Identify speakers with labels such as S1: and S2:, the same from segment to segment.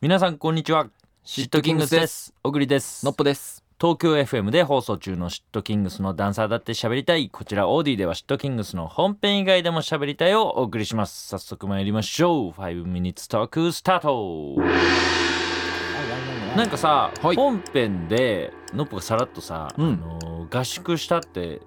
S1: 皆さんこんにちはシットキングスです小栗です
S2: のっぽです。
S1: 東京 FM で放送中のシットキングスのダンサーだって喋りたいこちらオーディではシットキングスの本編以外でも喋りたいをお送りします早速参りましょう5 minutes talk スタートなんかさ、
S2: はい
S1: 本編でのっぽがさらっとさ、
S2: うん
S1: あのー合宿したって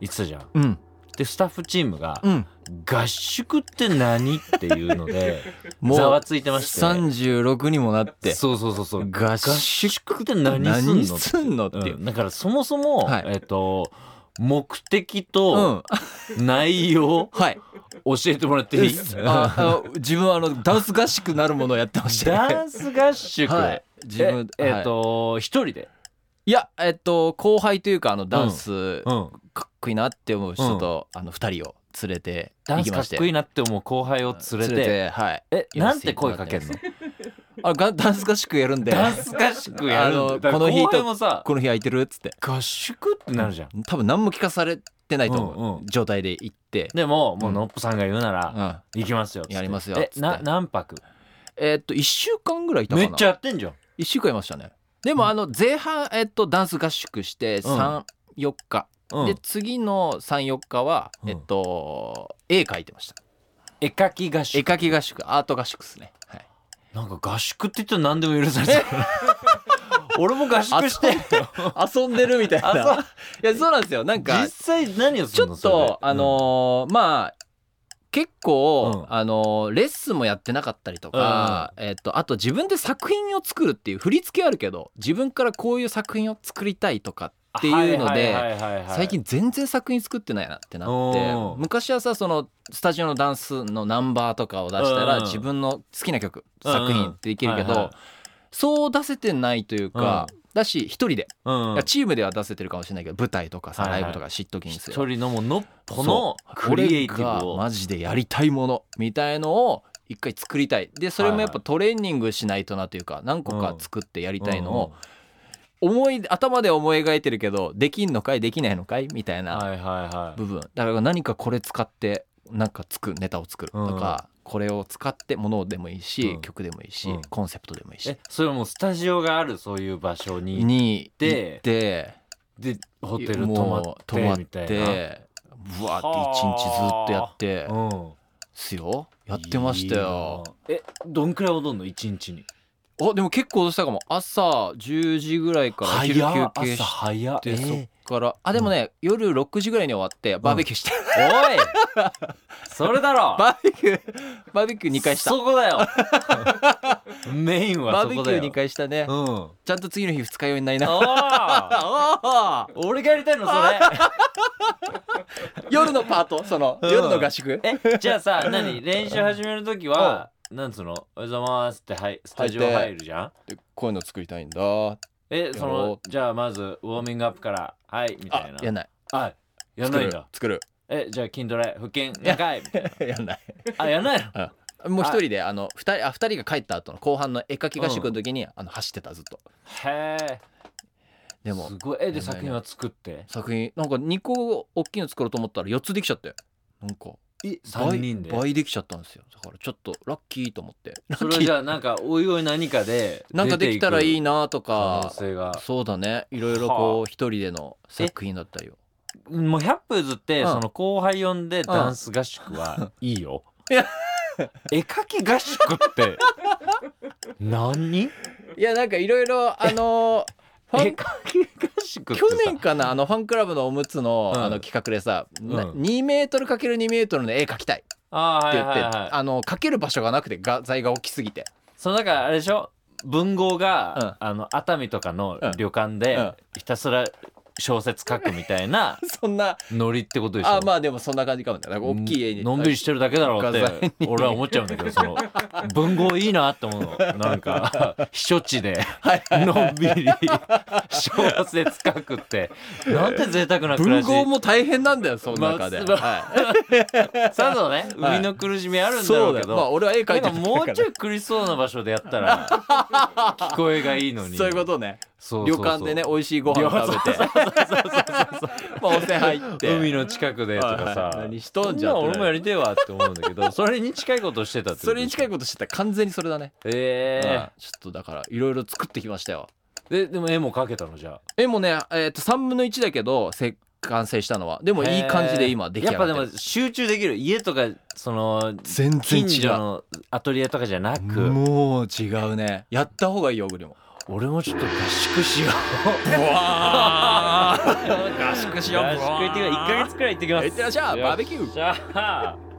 S1: 言ってたじゃん
S2: うん。
S1: でスタッフチームが
S2: うん。
S1: 「合宿って何?」っていうので
S2: も
S1: ざわ
S2: う
S1: ついてまして
S2: 三十六にもなって。
S1: そうそうそうそう
S2: 合
S1: 合宿って何すんの
S2: 何すんのっていう。
S1: うんだからそもそも、
S2: はい
S1: えっ、と目的
S2: う
S1: と
S2: ん。
S1: 内容
S2: はい。
S1: 教えてもらっていい、
S2: ああの自分はあのダンス合宿なるものをやってまして。
S1: ダンス合宿、
S2: はい。自分
S1: ええっ、
S2: はい
S1: と一人で、
S2: いやえっと後輩というかあのダンス
S1: うん、
S2: かっこいいなって思う人とあの二人を連れて
S1: ダ
S2: 行
S1: ンス
S2: き
S1: か
S2: ま
S1: っ
S2: して。
S1: こいいなって思う後輩を連れて
S2: はい。
S1: え
S2: 言わ
S1: なん
S2: せ
S1: て
S2: ていただ
S1: 声
S2: いて
S1: かけるの
S2: あがダンス合宿やるんで。
S1: ダンス合宿やるんだ
S2: あの
S1: だから
S2: この日と
S1: 後輩もさ
S2: この日空いてるっつって。
S1: 合宿ってなるじゃん
S2: 多分何も聞かされてないと思う、
S1: うんうん
S2: 状態で行って。
S1: でももううんのっぽさんが言うなら、
S2: うん。
S1: 行きますよっつって
S2: やりますよっつっ
S1: え
S2: て
S1: な何泊
S2: えーっと1週間ぐらいいたか
S1: め
S2: な
S1: っちゃやってんじゃん
S2: 1週間いましたねでもあの前半、えーっとダンス合宿して34日、
S1: うん
S2: で次の34日は、
S1: うん
S2: えーっと絵描いてました
S1: 絵描き合宿
S2: 絵描き合宿アート合宿ですね、はい、
S1: なんか合宿って言ったら何でも許され てる俺も合宿して
S2: 遊んでるみたい
S1: あそう
S2: いやそうなんですよなんか
S1: 実際何をす
S2: ち
S1: る
S2: ょ
S1: の
S2: っとあ、のーまあ結構、
S1: うん
S2: あのーレッスンもやってなかったりとか、えーっとあと自分で作品を作るっていう振り付けあるけど自分からこういう作品を作りたいとかっていうので、最近全然作品作ってないなってなって
S1: おー
S2: 昔はさそのスタジオのダンスのナンバーとかを出した
S1: う
S2: ら
S1: んうん
S2: 自分の好きな曲
S1: うんうん
S2: 作品ってできるけ
S1: はいはい
S2: どそう出せてないというかだし一人でいや
S1: 一
S2: チームでは出せてるかもしれないけど舞台とかさ
S1: はいは
S2: ラ
S1: い
S2: イブとか知っときにする
S1: 人のもうのっぽの
S2: そう
S1: クリエイティブ
S2: 俺
S1: を
S2: がマジでやりたいものみたいのを一回作りたいでそれもやっ
S1: はいは
S2: ぱトレーニングしないとなというか何個か作ってやりたいのを思い頭で思い描いてるけどできんのかいできないのかいみたい
S1: うんうん
S2: な
S1: はいはいはい
S2: 部分だから何かこれ使ってなんか作るネタを作るとか、これを使ってものでもいいし、
S1: うん
S2: 曲でもいいし、
S1: うん
S2: コンセプトでもいいし
S1: え、それはもうスタジオがあるそういう場所に
S2: に行
S1: で
S2: って
S1: でホテル泊まっ
S2: もう泊ま
S1: て
S2: っ
S1: みたいな
S2: てぶわーって一日ずっとやって
S1: うん
S2: すよやってましたよ。
S1: いいなえどんくらい踊んの一日に
S2: あでも結構したかも朝10時ぐらいから
S1: 早
S2: 昼
S1: っ
S2: 休憩
S1: 朝
S2: し
S1: 早って
S2: そっからあでもね、夜6時ぐらいに終わってバーベキューして、
S1: おいそれだろ
S2: バーベキューバーベキュー2回した
S1: そこだよ メインは
S2: バ
S1: そ
S2: ーベキ
S1: こ
S2: ュ
S1: だよ
S2: ー2回したね
S1: うんお
S2: ちゃんと次の日二日酔いになりな。
S1: ー
S2: ああ
S1: 俺がやりたいのそ
S2: 夜のパートその
S1: うん
S2: 夜の合宿
S1: れえじゃあさ何練習始める時はなんつうの「おはようございます」ってはいスタジオ
S2: 入って
S1: 入るじゃん
S2: こういうの作りたいんだあ
S1: えそ
S2: や
S1: の
S2: ろ
S1: じゃあまずウォーミングアップからはいみたいな
S2: やんない
S1: あやんないんだ
S2: 作る
S1: えじゃあ筋トレ腹筋2回みたいな
S2: 作 るやんない
S1: あやんないの
S2: もう一人であの二人あ二人が帰った後の後半の絵描き合宿の時にあの走ってたずっと
S1: へえ
S2: でも
S1: すごいえ
S2: やん
S1: で
S2: ない
S1: 作品は作って
S2: 作品なんか2個大きいの作ろうと思ったら4つできちゃってなんか
S1: 3人で
S2: 倍倍できちゃったんですよだからちょっとラッキーと思ってラ
S1: そ
S2: ッ
S1: れは
S2: キ
S1: じ
S2: ー
S1: ゃあなんかおいおい何かで
S2: なんかできたらいい
S1: な
S2: なと
S1: 可能
S2: か
S1: 性が
S2: そうだねいろいろ
S1: は
S2: こう一人での作品だったりを
S1: もう100歩譲って、
S2: うん
S1: その後輩呼んでダンス合宿 はいいよ。
S2: いや
S1: 絵描き合宿って何
S2: いやなんかいろいろあのフ
S1: 絵
S2: ァン
S1: 描き合宿ってさ
S2: 去年かなあのファンクラブのおむつの,、
S1: うん
S2: あの企画でさ、な
S1: うん
S2: 2メートルかける2メートルの絵描きたいって
S1: あー
S2: 言って、
S1: はいはいはい
S2: あの描ける場所がなくて画材が大き すぎて
S1: そのだからあれでしょ文豪が、あの熱海とかの
S2: うん
S1: 旅館で、
S2: うん
S1: ひたすら小説書くみたいな
S2: そんな
S1: ノリってことでしょ
S2: あまあでもそんな感じかもねなんか大きい絵に
S1: のんびりしてるだけだろう
S2: 画材
S1: って俺は思っちゃうんだけどその文豪いいなって思うのなんか避暑地でのんびり小説書くってなんて贅沢な暮
S2: 文
S1: らし
S2: 豪も大変なんだよその中で、
S1: まあ
S2: は
S1: さぞね
S2: はい
S1: 海の苦しみあ
S2: い
S1: るんだろ
S2: そううだ
S1: け
S2: よまあ
S1: ど
S2: 俺は絵描
S1: ないん
S2: て
S1: か
S2: る
S1: もうちょい苦しそうな場所でやったら聞こえがいいのに
S2: そういうことね
S1: そうそうそ
S2: 旅
S1: う
S2: 館でね美味しいご飯食べてまあ温泉入って
S1: 海の近くでとかさ
S2: はいはい何しとんじゃん
S1: そな俺もやりてえわって思うんだけどそれに近いことしてたって
S2: それに近い
S1: い
S2: ことしてたら完全にそれだね、
S1: え
S2: は
S1: え
S2: いちょっとだからいろいろ作ってきましたよ
S1: えでも絵も描けたのじゃあ
S2: 絵もね、えー、と3分の1だけどせ完成したのはでもいい感じで今出来上がって
S1: やっ
S2: る
S1: ぱでも集中できる家とかその
S2: 全然
S1: 近所
S2: 違
S1: のアトリエとかじゃな
S2: う
S1: く
S2: もう違うねやった方がいいよグリも
S1: 俺もちょっと合宿しよ
S2: ブワー
S1: う合宿しよう合宿行ってくる1ヶ月くらい行ってきます
S2: いってらっしゃいバーベキュー
S1: ー